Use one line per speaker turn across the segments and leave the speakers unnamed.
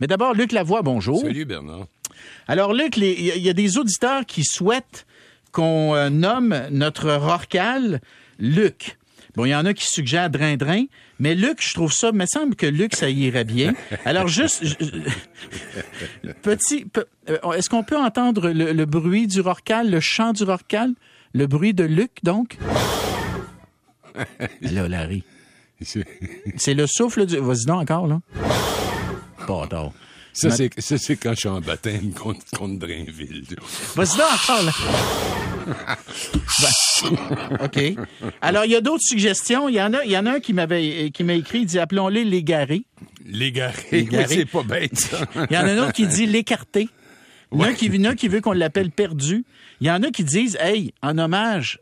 Mais d'abord, Luc Lavoie, bonjour.
Salut Bernard.
Alors, Luc, il y, y a des auditeurs qui souhaitent qu'on euh, nomme notre rorcal Luc. Bon, il y en a qui suggèrent Drain-Drain, mais Luc, je trouve ça, me semble que Luc, ça irait bien. Alors, juste, je- petit, pe- euh, est-ce qu'on peut entendre le, le bruit du rorcal, le chant du rorcal, le bruit de Luc, donc? Là, Larry.
C'est-
C'est le souffle du. Vas-y donc encore, là. Pas tard.
Ça, c'est ça, c'est quand je suis en baptême contre, contre Drainville.
Vas-y donc encore, là. Ben, OK. Alors, il y a d'autres suggestions. Il y en a, il y en a un qui m'avait, qui m'a écrit, il dit appelons-le l'égaré.
L'égaré, oui,
L'égaré.
c'est pas bête, ça.
Il y en a un autre qui dit l'écarté. Il y en a qui, il y en a qui veut qu'on l'appelle perdu. Il y en a qui disent, hey, en hommage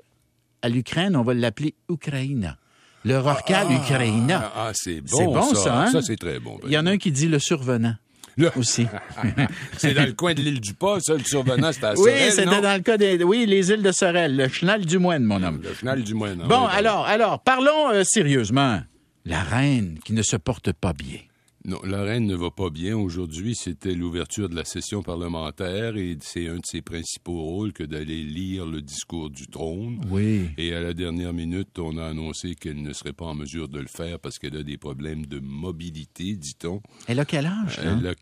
à l'Ukraine, on va l'appeler Ukraina. Le rorcal Ukraina.
Ah, ah, c'est bon,
C'est bon,
ça.
ça, hein?
c'est très bon. ben.
Il y en a un qui dit le survenant
Là,
aussi.
c'est dans le coin de l'île du Pas, ça, le survenant, c'était à
Oui,
Sorel, non?
c'était dans le cas des. Oui, les îles de Sorel, le chenal du moine, mon homme.
Le final du mois, non?
Ah, Bon,
Oui, ben
alors, alors, parlons euh, sérieusement. La reine qui ne se porte pas bien.
Non, la reine ne va pas bien. Aujourd'hui, c'était l'ouverture de la session parlementaire et c'est un de ses principaux rôles que d'aller lire le discours du trône.
Oui.
Et à la dernière minute, on a annoncé qu'elle ne serait pas en mesure de le faire parce qu'elle a des problèmes de mobilité, dit-on.
Elle a quel âge? là?
Elle a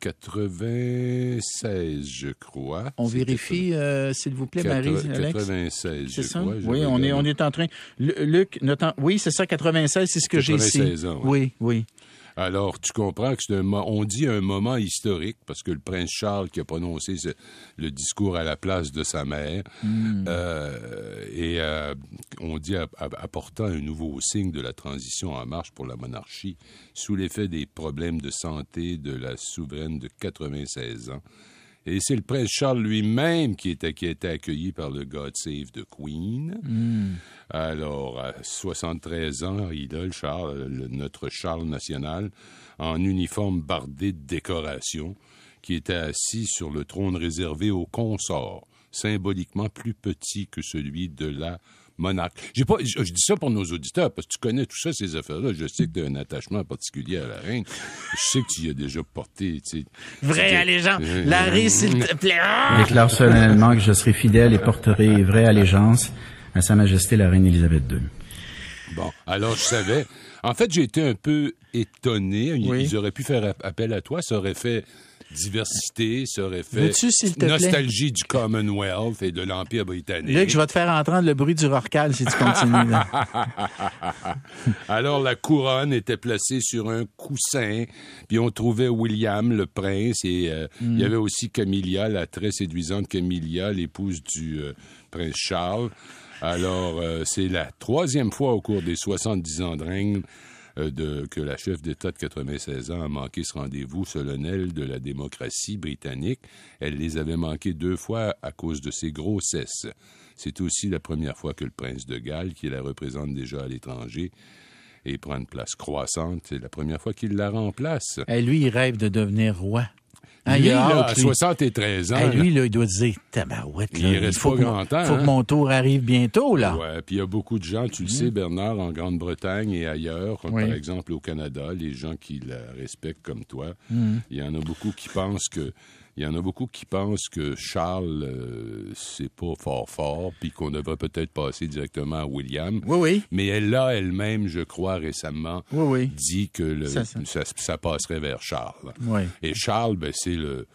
96, je crois.
On
C'est
vérifie, euh, s'il vous plaît,
80-
Marie, Alex.
96, je
C'est ça?
crois. Je
oui, on
regarde.
est, on est en train. Lu- Luc, notre en- oui, c'est ça, 96, c'est ce que j'ai ici.
96 ans,
Oui, oui.
Alors, tu comprends que c'est un mo- on dit un moment historique parce que le prince Charles qui a prononcé ce- le discours à la place de sa mère euh, et euh, on dit a- a- apportant un nouveau signe de la transition en marche pour la monarchie sous l'effet des problèmes de santé de la souveraine de 96 ans. Et c'est le prince Charles lui-même qui, était- qui a été accueilli par le God Save de Queen. Alors, à 73 ans, idole Charles, le- notre Charles national, en uniforme bardé de décoration, qui était assis sur le trône réservé au consort, symboliquement plus petit que celui de la monarque. J'ai pas, je, je dis ça pour nos auditeurs, parce que tu connais tout ça, ces affaires-là. Je sais que tu as un attachement particulier à la reine. Je sais que tu y as déjà porté, tu sais.
Vrai allégeance. Larry, s'il te plaît. Ah!
Déclare solennellement que je serai fidèle et porterai vraie allégeance à Sa Majesté la Reine Élisabeth II.
Bon, alors je savais. En fait, j'ai été un peu étonné. Ils,
Oui.
ils auraient pu faire app- appel à toi. Ça aurait fait diversité, ça aurait fait
Veux-tu, s'il te plaît?
nostalgie du Commonwealth et de l'Empire britannique.
Luc, je vais te faire entendre le bruit du rorcal si tu continues. là.
Alors la couronne était placée sur un coussin, puis on trouvait William, le prince, et euh, il y avait aussi Camilla, la très séduisante Camilla, l'épouse du euh, prince Charles. Alors euh, c'est la troisième fois au cours des 70 ans de règne euh, de, que la chef d'État de 96 ans a manqué ce rendez-vous solennel de la démocratie britannique. Elle les avait manqués deux fois à cause de ses grossesses. C'est aussi la première fois que le prince de Galles, qui la représente déjà à l'étranger, et prend une place croissante, c'est la première fois qu'il la remplace.
Eh, lui, il rêve de devenir roi. Ah,
Lui,
il a
là,
hâte,
à
lui.
73 ans,
Hey, lui, là, il doit dire tabarouette. Là,
Ah, Il reste
faut
pas
que,
grand temps,
Faut que
hein?
mon tour arrive bientôt, là. Mm.
Ouais, puis il y a beaucoup de gens, tu le sais, Bernard, en Grande-Bretagne et ailleurs, comme
Oui.
par exemple au Canada, les gens qui la respectent comme toi,
Mm.
il y en a beaucoup qui pensent que il y en a beaucoup qui pensent que Charles euh, c'est pas fort fort, puis qu'on devrait peut-être passer directement à William.
Oui, oui.
Mais elle a elle-même, je crois, récemment
Oui, oui.
dit que le-
Ça,
ça,
ça.
ça passerait vers Charles.
Oui.
Et Charles, ben, c'est le.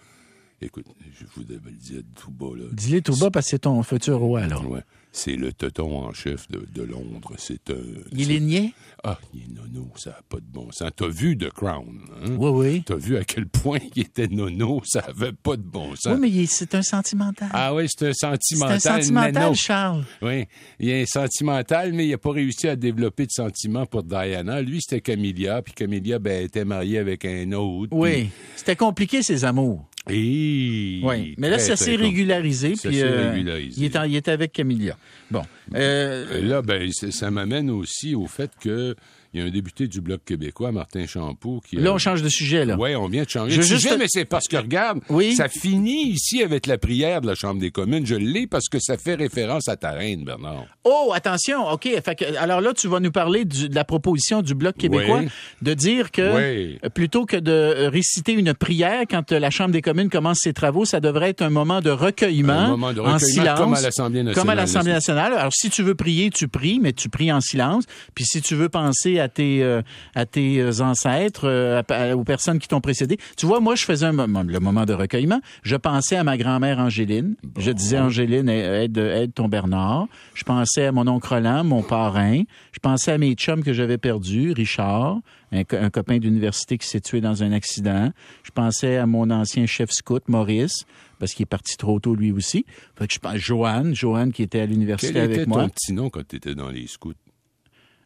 Écoute, je vous le dire tout bas, là.
Dis-le tout bas parce que c'est ton futur roi, là.
Ouais. C'est le teuton en chef de, de Londres. C'est un.
Il est niais?
Ah, il est nono, ça n'a pas de bon sens. T'as vu The Crown, hein?
Oui, oui.
T'as vu à quel point il était nono, ça avait pas de bon sens.
Oui, mais il- c'est un sentimental.
Ah oui, c'est un
c'est
sentimental.
un sentimental,
nano.
Charles.
Oui, il est sentimental, mais il n'a pas réussi à développer de sentiments pour Diana. Lui, c'était Camilla, puis Camilla, ben, elle était mariée avec un autre.
Oui. C'était compliqué, ses amours.
puis- Et-
Oui. Mais là,
très,
ça
très
s'est
compliqué.
régularisé.
Ça
puis,
s'est
euh,
régularisé.
Il est, en- il est avec Camilla. Bon. Euh,
Et Là, ben, c- ça m'amène aussi au fait que Il y a un député du Bloc québécois, Martin Champoux, qui...
Là,
a-
on change de sujet, là.
oui, on vient de changer
Je
de
veux
sujet,
juste-
mais c'est parce que, regarde,
Oui.
ça finit ici avec la prière de la Chambre des communes. Je l'ai parce que ça fait référence à ta reine, Bernard.
Oh, attention, OK. Fait que, alors là, tu vas nous parler du- de la proposition du Bloc québécois
Oui.
de dire que
Oui.
euh, plutôt que de euh, réciter une prière quand euh, la Chambre des communes commence ses travaux, ça devrait être un moment de recueillement,
Un moment de
en
recueillement,
silence.
comme à l'Assemblée nationale,
Comme à l'Assemblée
n'est-ce
nationale. Alors, si tu veux prier, tu pries, mais tu pries en silence. Puis si tu veux penser à tes, euh, à tes euh, ancêtres, euh, à- à- aux personnes qui t'ont précédé. Tu vois, moi, je faisais un moment- le moment de recueillement. Je pensais à ma grand-mère Angéline. Je disais, Angéline, aide, aide ton Bernard. Je pensais à mon oncle Roland, mon parrain. Je pensais à mes chums que j'avais perdus, Richard, un, co- un copain d'université qui s'est tué dans un accident. Je pensais à mon ancien chef scout, Maurice, parce qu'il est parti trop tôt lui aussi. Fait que je pense, Joanne, Joanne qui était à
Quel
l'université avec
était
moi.
ton petit nom quand tu étais dans les scouts?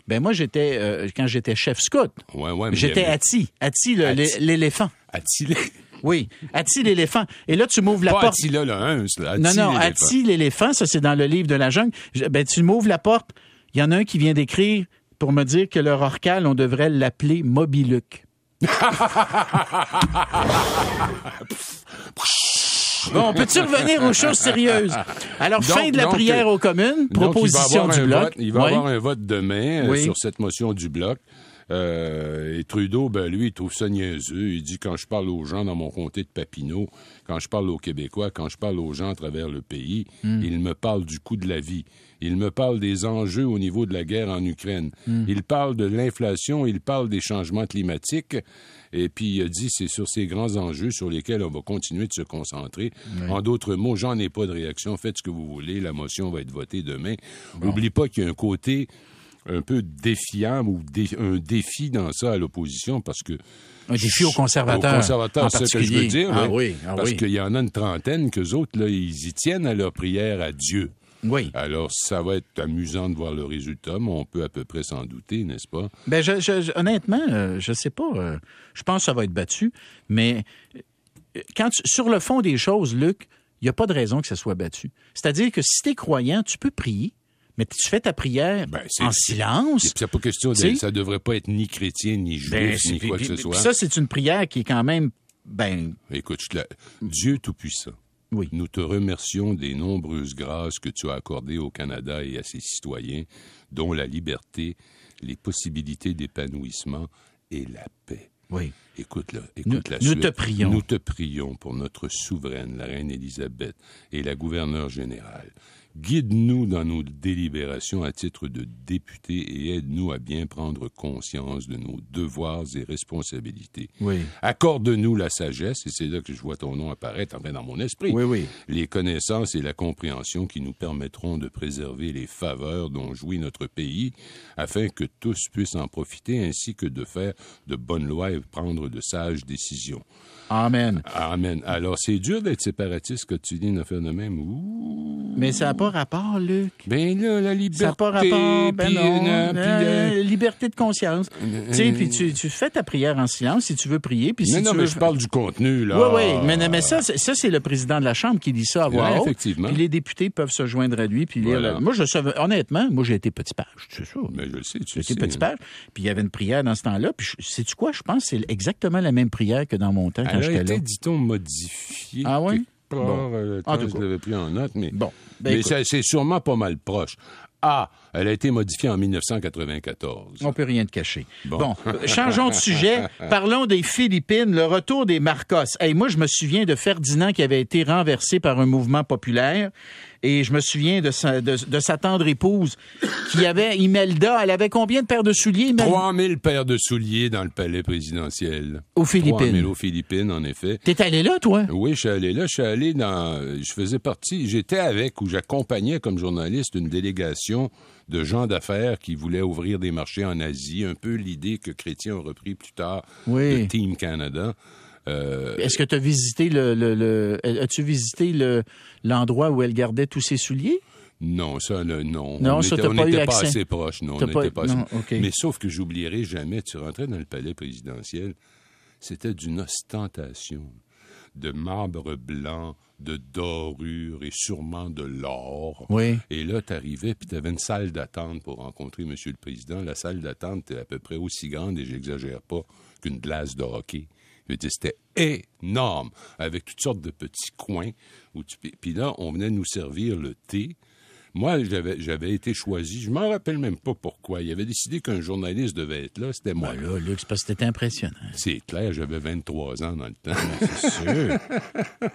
Ben moi, j'étais, euh, quand j'étais chef scout,
Ouais, ouais, mais il
j'étais
y avait-
Atti. Atti, le- l'é-
Atti.
l'éléphant.
Attila.
Oui, Atti l'éléphant. Et là, tu m'ouvres la
Pas
porte.
Attila le Hunce, là. hein,
Non,
Attila
non,
l'éléphant.
Atti l'éléphant, ça c'est dans le livre de la jungle. Je- Ben, tu m'ouvres la porte. Il y en a un qui vient d'écrire pour me dire que leur orcal, on devrait l'appeler Mobiluc. Bon, on peut-tu revenir aux choses sérieuses? Alors,
Donc,
fin de la
donc,
prière
euh,
aux communes,
Donc,
proposition
il va avoir
du
un
bloc.
vote- il va
Oui.
avoir un vote demain euh,
Oui.
sur cette motion du bloc. Euh, et Trudeau, ben lui, il trouve ça niaiseux. Il dit quand je parle aux gens dans mon comté de Papineau, quand je parle aux Québécois, quand je parle aux gens à travers le pays, il me parle du coût de la vie. Il me parle des enjeux au niveau de la guerre en Ukraine. Il parle de l'inflation, il parle des changements climatiques. Et puis il a dit c'est sur ces grands enjeux sur lesquels on va continuer de se concentrer. En d'autres mots, j'en ai pas de réaction. Faites ce que vous voulez. La motion va être votée demain. N'oublie pas qu'il y a un côté un peu défiant ou dé- un défi dans ça à l'opposition parce que
Un défi aux conservateurs,
Aux conservateurs,
en
c'est ce que je veux
particulier.
dire.
Ah
là.
oui, ah
parce
oui.
qu'il y en a une trentaine qu'eux autres, là, ils y tiennent à leur prière à Dieu.
Oui.
Alors, ça va être amusant de voir le résultat, mais on peut à peu près s'en douter, n'est-ce pas?
Ben je, je- je- honnêtement, euh, je sais pas. euh, je pense que ça va être battu, mais euh, quand tu- sur le fond des choses, Luc, il n'y a pas de raison que ça soit battu. C'est-à-dire que si tu es croyant, tu peux prier, mais tu fais ta prière
Ben, c'est-
en
c'est-
silence.
C'est pas question de,
Si.
ça devrait pas être ni chrétien, ni juif,
Ben, c'est-
ni
puis-
quoi que
puis-
ce
puis
soit.
Ça, c'est une prière qui est quand même, ben,
Écoute, je te la- Dieu Tout-Puissant,
Oui.
nous te remercions des nombreuses grâces que tu as accordées au Canada et à ses citoyens, dont la liberté, les possibilités d'épanouissement et la paix.
oui.
Écoute, là, écoute
Nous-
la
nous
suite.
te prions.
Nous te prions pour notre souveraine, la reine Élisabeth, et la gouverneure générale. Guide-nous dans nos délibérations à titre de députés et aide-nous à bien prendre conscience de nos devoirs et responsabilités.
Oui.
Accorde-nous la sagesse, et c'est là que je vois ton nom apparaître enfin dans mon esprit.
Oui, oui.
Les connaissances et la compréhension qui nous permettront de préserver les faveurs dont jouit notre pays, afin que tous puissent en profiter, ainsi que de faire de bonnes lois et prendre de sages décisions.
Amen.
Amen. Alors, c'est dur d'être séparatiste que tu dis une affaire de même. Ouh.
Mais ça n'a pas rapport, Luc.
Ben là, la liberté.
Ça n'a pas rapport, ben
puis,
non,
euh, puis,
euh,
euh,
liberté de conscience. tu sais, puis tu, tu fais ta prière en silence si tu veux prier, puis si
non, non,
tu
mais
veux-
je parle du contenu, là.
Oui, oui, mais, mais ça, c'est- ça c'est le président de la Chambre qui dit ça à voix
Ouais,
haute.
effectivement.
Puis les députés peuvent se joindre à lui. Puis lire
Voilà.
la- Moi, je savais, honnêtement, moi, j'ai été petit page, c'est sûr.
Mais je le sais, tu
J'ai
le sais. hein.
été petit page. Puis il y avait une prière dans ce temps-là. Puis je- sais-tu quoi? Je pense que c'est exactement la même prière que dans mon temps quand
Elle a
j'étais
été,
là.
dit-on, modifiée.
Ah oui?
quelque part,
Bon.
euh,
En
attends,
tout
je
cas.
l'avais pris en note, mais.
Bon. Ben,
mais
écoute.
ça- c'est sûrement pas mal proche. Ah, elle a été modifiée en 1994.
On peut rien te cacher. Bon,
Bon.
euh, changeons de sujet. Parlons des Philippines, le retour des Marcos. Hey, moi, je me souviens de Ferdinand qui avait été renversé par un mouvement populaire. Et je me souviens de sa, de, de sa tendre épouse qui avait Imelda. Elle avait combien de paires de souliers, Imelda?
3000 paires de souliers dans le palais présidentiel.
Aux Philippines.
3000 aux Philippines, en effet.
T'es allé là, toi?
Oui, je suis allé là. Je suis allé dans. Je faisais partie. J'étais avec ou j'accompagnais comme journaliste une délégation de gens d'affaires qui voulaient ouvrir des marchés en Asie. Un peu l'idée que Chrétien a repris plus tard
Oui.
de Team Canada. Euh,
Est-ce que tu as visité le, le- le- as-tu visité le, l'endroit où elle gardait tous ses souliers?
non, ça, là, non.
Non,
on
ça,
était,
t'as
on
pas eu
n'était pas
accès.
assez proche. Non, on
T'as pas-
n'était pas assez-
non, ok.
Mais sauf que j'oublierai jamais, tu rentrais dans le palais présidentiel, c'était d'une ostentation. de marbre blanc, de dorure et sûrement de l'or.
Oui.
Et là, tu arrivais, puis tu avais une salle d'attente pour rencontrer M. le Président. La salle d'attente était à peu près aussi grande, et j'exagère pas, qu'une glace de hockey. Je veux dire, C'était énorme, avec toutes sortes de petits coins. Où tu... puis- Puis là, on venait nous servir le thé. Moi, j'avais, j'avais été choisi, je m'en rappelle même pas pourquoi. Il avait décidé qu'un journaliste devait être là, c'était moi.
Ah là, Luc, c'est parce que c'était impressionnant.
C'est clair, j'avais 23 ans dans le temps.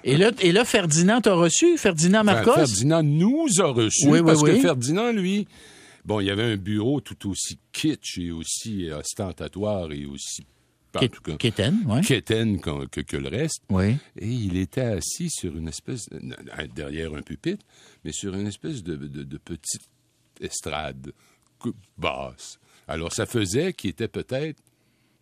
Et là, et là Ferdinand t'a reçu, Ferdinand
Enfin,
Marcos?
Ferdinand nous a reçus
Oui, oui,
parce que
oui.
Ferdinand, lui, bon, il y avait un bureau tout aussi kitsch et aussi ostentatoire et aussi en tout cas,
Kéten, oui.
quétaine qu'en- que, que le reste.
Oui.
Et il était assis sur une espèce, euh, derrière un pupitre, mais sur une espèce de, de- de petite estrade cou- basse. Alors, ça faisait qu'il était peut-être,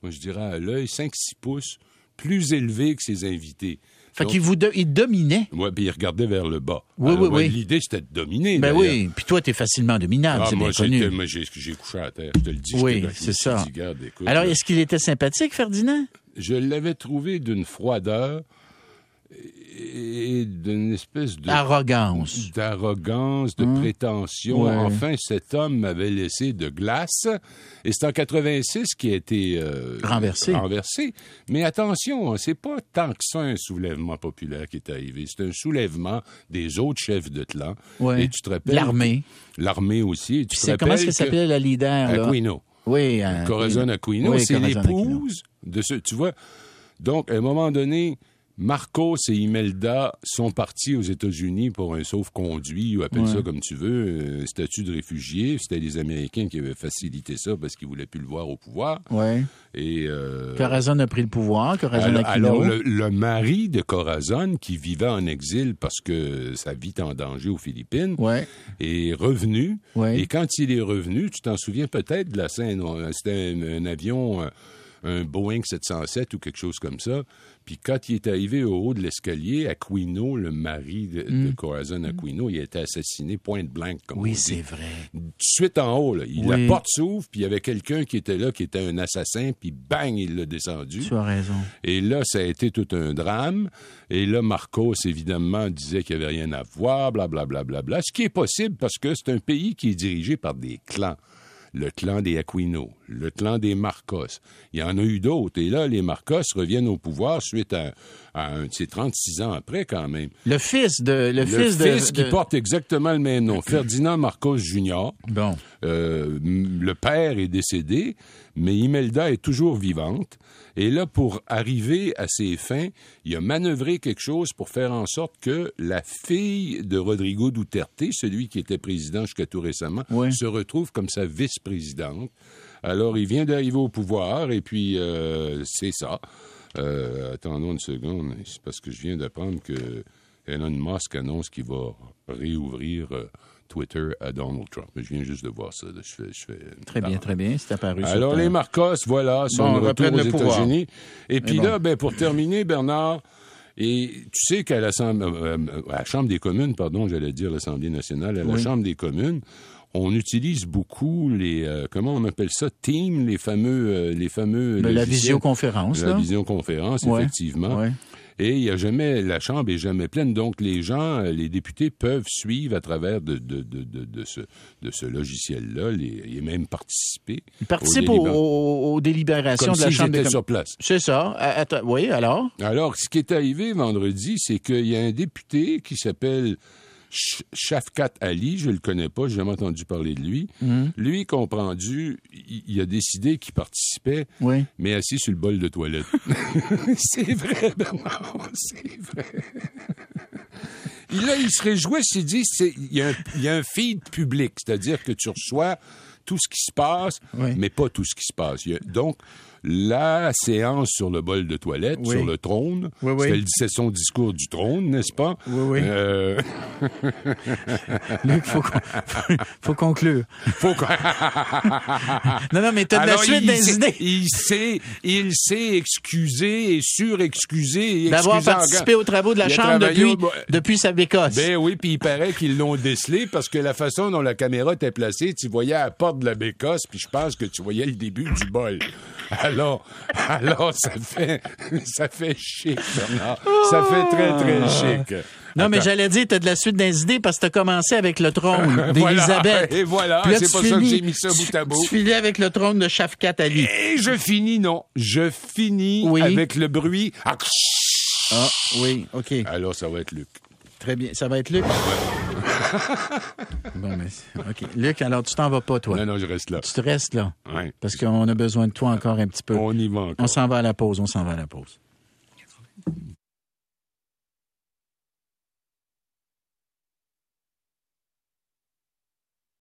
moi je dirais à l'œil, 5-6 pouces plus élevé que ses invités.
Fait
Donc,
qu'il vous do- il dominait.
Ouais, puis il regardait vers le bas.
Oui,
Alors,
oui,
ouais,
oui.
L'idée, c'était de dominer.
Ben
d'ailleurs.
oui, puis toi, t'es facilement dominable,
Ah,
c'est
moi,
bien
j'étais-
connu.
moi, j'ai j'ai couché à terre, je te le dis.
Oui,
j'étais là, je
c'est
me suis
ça.
dit, garde, écoute,
Alors,
là,
est-ce qu'il était sympathique, Ferdinand?
Je l'avais trouvé d'une froideur et et d'une espèce de...
Ah, Arrogance.
d'arrogance, de prétention.
Mmh. Ouais.
Enfin, cet homme m'avait laissé de glace. Et c'est en 86 qui a été euh,
Renversé.
renversé. Mais attention, hein, c'est pas tant que ça un soulèvement populaire qui est arrivé. C'est un soulèvement des autres chefs de clan.
Ouais.
Et tu te rappelles
L'armée.
L'armée aussi. Et tu
Puis
te
c'est comment est-ce
rappelles
que s'appelait la leader, là?
Aquino.
Oui. à-
Corazon Aquino,
Hein, Oui,
c'est
Corazon Aquino.
l'épouse de ce. Tu vois, donc à un moment donné, Marcos et Imelda sont partis aux États-Unis pour un sauf-conduit, ou appelle ça comme tu veux, euh, statut de réfugié. C'était les Américains qui avaient facilité ça parce qu'ils voulaient plus le voir au pouvoir.
Oui.
Et euh,
Corazon a pris le pouvoir, Corazon
alors,
Aquino.
alors, le, le mari de Corazon, qui vivait en exil parce que sa vie est en danger aux Philippines,
Ouais.
est revenu.
Ouais.
Et quand il est revenu, tu t'en souviens peut-être de la scène. on- C'était un, un avion, un, un Boeing 707 ou quelque chose comme ça. Puis quand il est arrivé au haut de l'escalier, Aquino, le mari de, de Corazon Aquino, il a été assassiné point blanc. Comme on
Mm. Oui,
dit.
c'est vrai.
Tout de suite en haut, là, il-
Oui.
la porte s'ouvre, puis il y avait quelqu'un qui était là, qui était un assassin, puis bang, il l'a descendu.
Tu as raison.
Et là, ça a été tout un drame. Et là, Marcos, évidemment, disait qu'il n'y avait rien à voir, blablabla. Bla, bla, bla. Ce qui est possible parce que c'est un pays qui est dirigé par des clans. Le clan des Aquino, le clan des Marcos. Il y en a eu d'autres. Et là, les Marcos reviennent au pouvoir suite à, à un, c'est 36 ans après quand même.
Le fils de. Le,
Le fils,
fils, de,
qui
de-
porte exactement le même nom, Ferdinand Marcos Jr.
Bon.
Euh, m- le père est décédé, mais Imelda est toujours vivante. Et là, pour arriver à ses fins, il a manœuvré quelque chose pour faire en sorte que la fille de Rodrigo Duterte, celui qui était président jusqu'à tout récemment,
Oui.
se retrouve comme sa vice-présidente. Alors, il vient d'arriver au pouvoir, et puis euh, c'est ça. Euh, attendons une seconde, c'est parce que je viens d'apprendre que Elon Musk annonce qu'il va réouvrir euh, Twitter à Donald Trump. Mais je viens juste de voir ça. là. Je fais, je fais une
Très bien,
parenthèse.
très bien. C'est apparu. sur
Alors,
ta-
les Marcos, voilà, sont
Bon,
de retour
reprennent
aux
le pouvoir. Eh
États-Unis. Et puis
bon.
là, ben, pour terminer, Bernard, et tu sais qu'à l'Assemblée, euh, euh, à la Chambre des communes, pardon, j'allais dire l'Assemblée nationale, à la Chambre des communes, on utilise beaucoup les, euh, comment on appelle ça, Teams, les fameux, euh, les fameux.
Ben, la
logiciels.
visioconférence,
La
là.
visioconférence,
Ouais.
effectivement.
Ouais.
Et il y a jamais, la Chambre est jamais pleine. Donc, les gens, euh, les députés peuvent suivre à travers de, de, de, de, de ce, de ce logiciel-là les- et même participer.
Il participe aux,
délibér-
aux- aux délibérations
Comme
de la
si
Chambre des
j'étais
communes.
sur place.
C'est ça. A- attends, oui, alors?
Alors, ce qui est arrivé vendredi, c'est qu'il y a un député qui s'appelle Ch- Shafkat Ali, je le connais pas, j'ai jamais entendu parler de lui.
Mhm.
Lui, comprendu, il il a décidé qu'il participait,
Oui.
mais assis sur le bol de toilette. c'est vrai, Bernard, c'est vrai. Et là, il se réjouit, s'il dit, c'est- il y, a un- il y a un feed public, c'est-à-dire que tu reçois tout ce qui se passe,
Oui.
mais pas tout ce qui se passe. Il y a- donc, la séance sur le bol de toilette,
Oui.
sur le trône,
Oui, oui.
c'était le- c'est son discours du trône, n'est-ce pas?
Oui, oui.
Euh,
Luc, faut, con- faut conclure.
faut qu'on-
Non, non, mais t'as de la
Alors,
suite
il
des
s'est-
idées.
Il s'est, il s'est excusé et surexcusé et
D'avoir
excusé en-
participé aux travaux de la
Il a
Chambre
travaillé
depuis,
au-
depuis sa bécosse.
Ben oui, puis il paraît qu'ils l'ont décelé parce que la façon dont la caméra était placée, tu voyais à la porte de la bécosse, puis je pense que tu voyais le début du bol. Alors, alors ça fait, ça fait chic, Bernard. Ça fait très,
Ah.
très chic.
Non, mais
Attends.
j'allais dire, t'as de la suite des idées parce que t'as commencé avec le trône
Voilà.
d'Élisabeth.
Et voilà,
Puis là,
c'est
tu
pour ça que
finis-
j'ai mis ça bout à bout.
Tu, tu finis avec le trône de Shafkat Ali.
Et je finis, non, je finis
Oui.
avec le bruit. Ah,
Ah, oui, OK.
Alors, ça va être Luc.
Très bien. Ça va être
Ah,
Luc? bon, mais... c'est- OK. Luc, alors, tu t'en vas pas, toi.
Non, non, je reste là.
Tu te restes là.
Ouais.
Parce Euh, qu'on a besoin de toi encore un petit peu.
On y va encore.
On s'en va à la pause, on s'en va à la pause.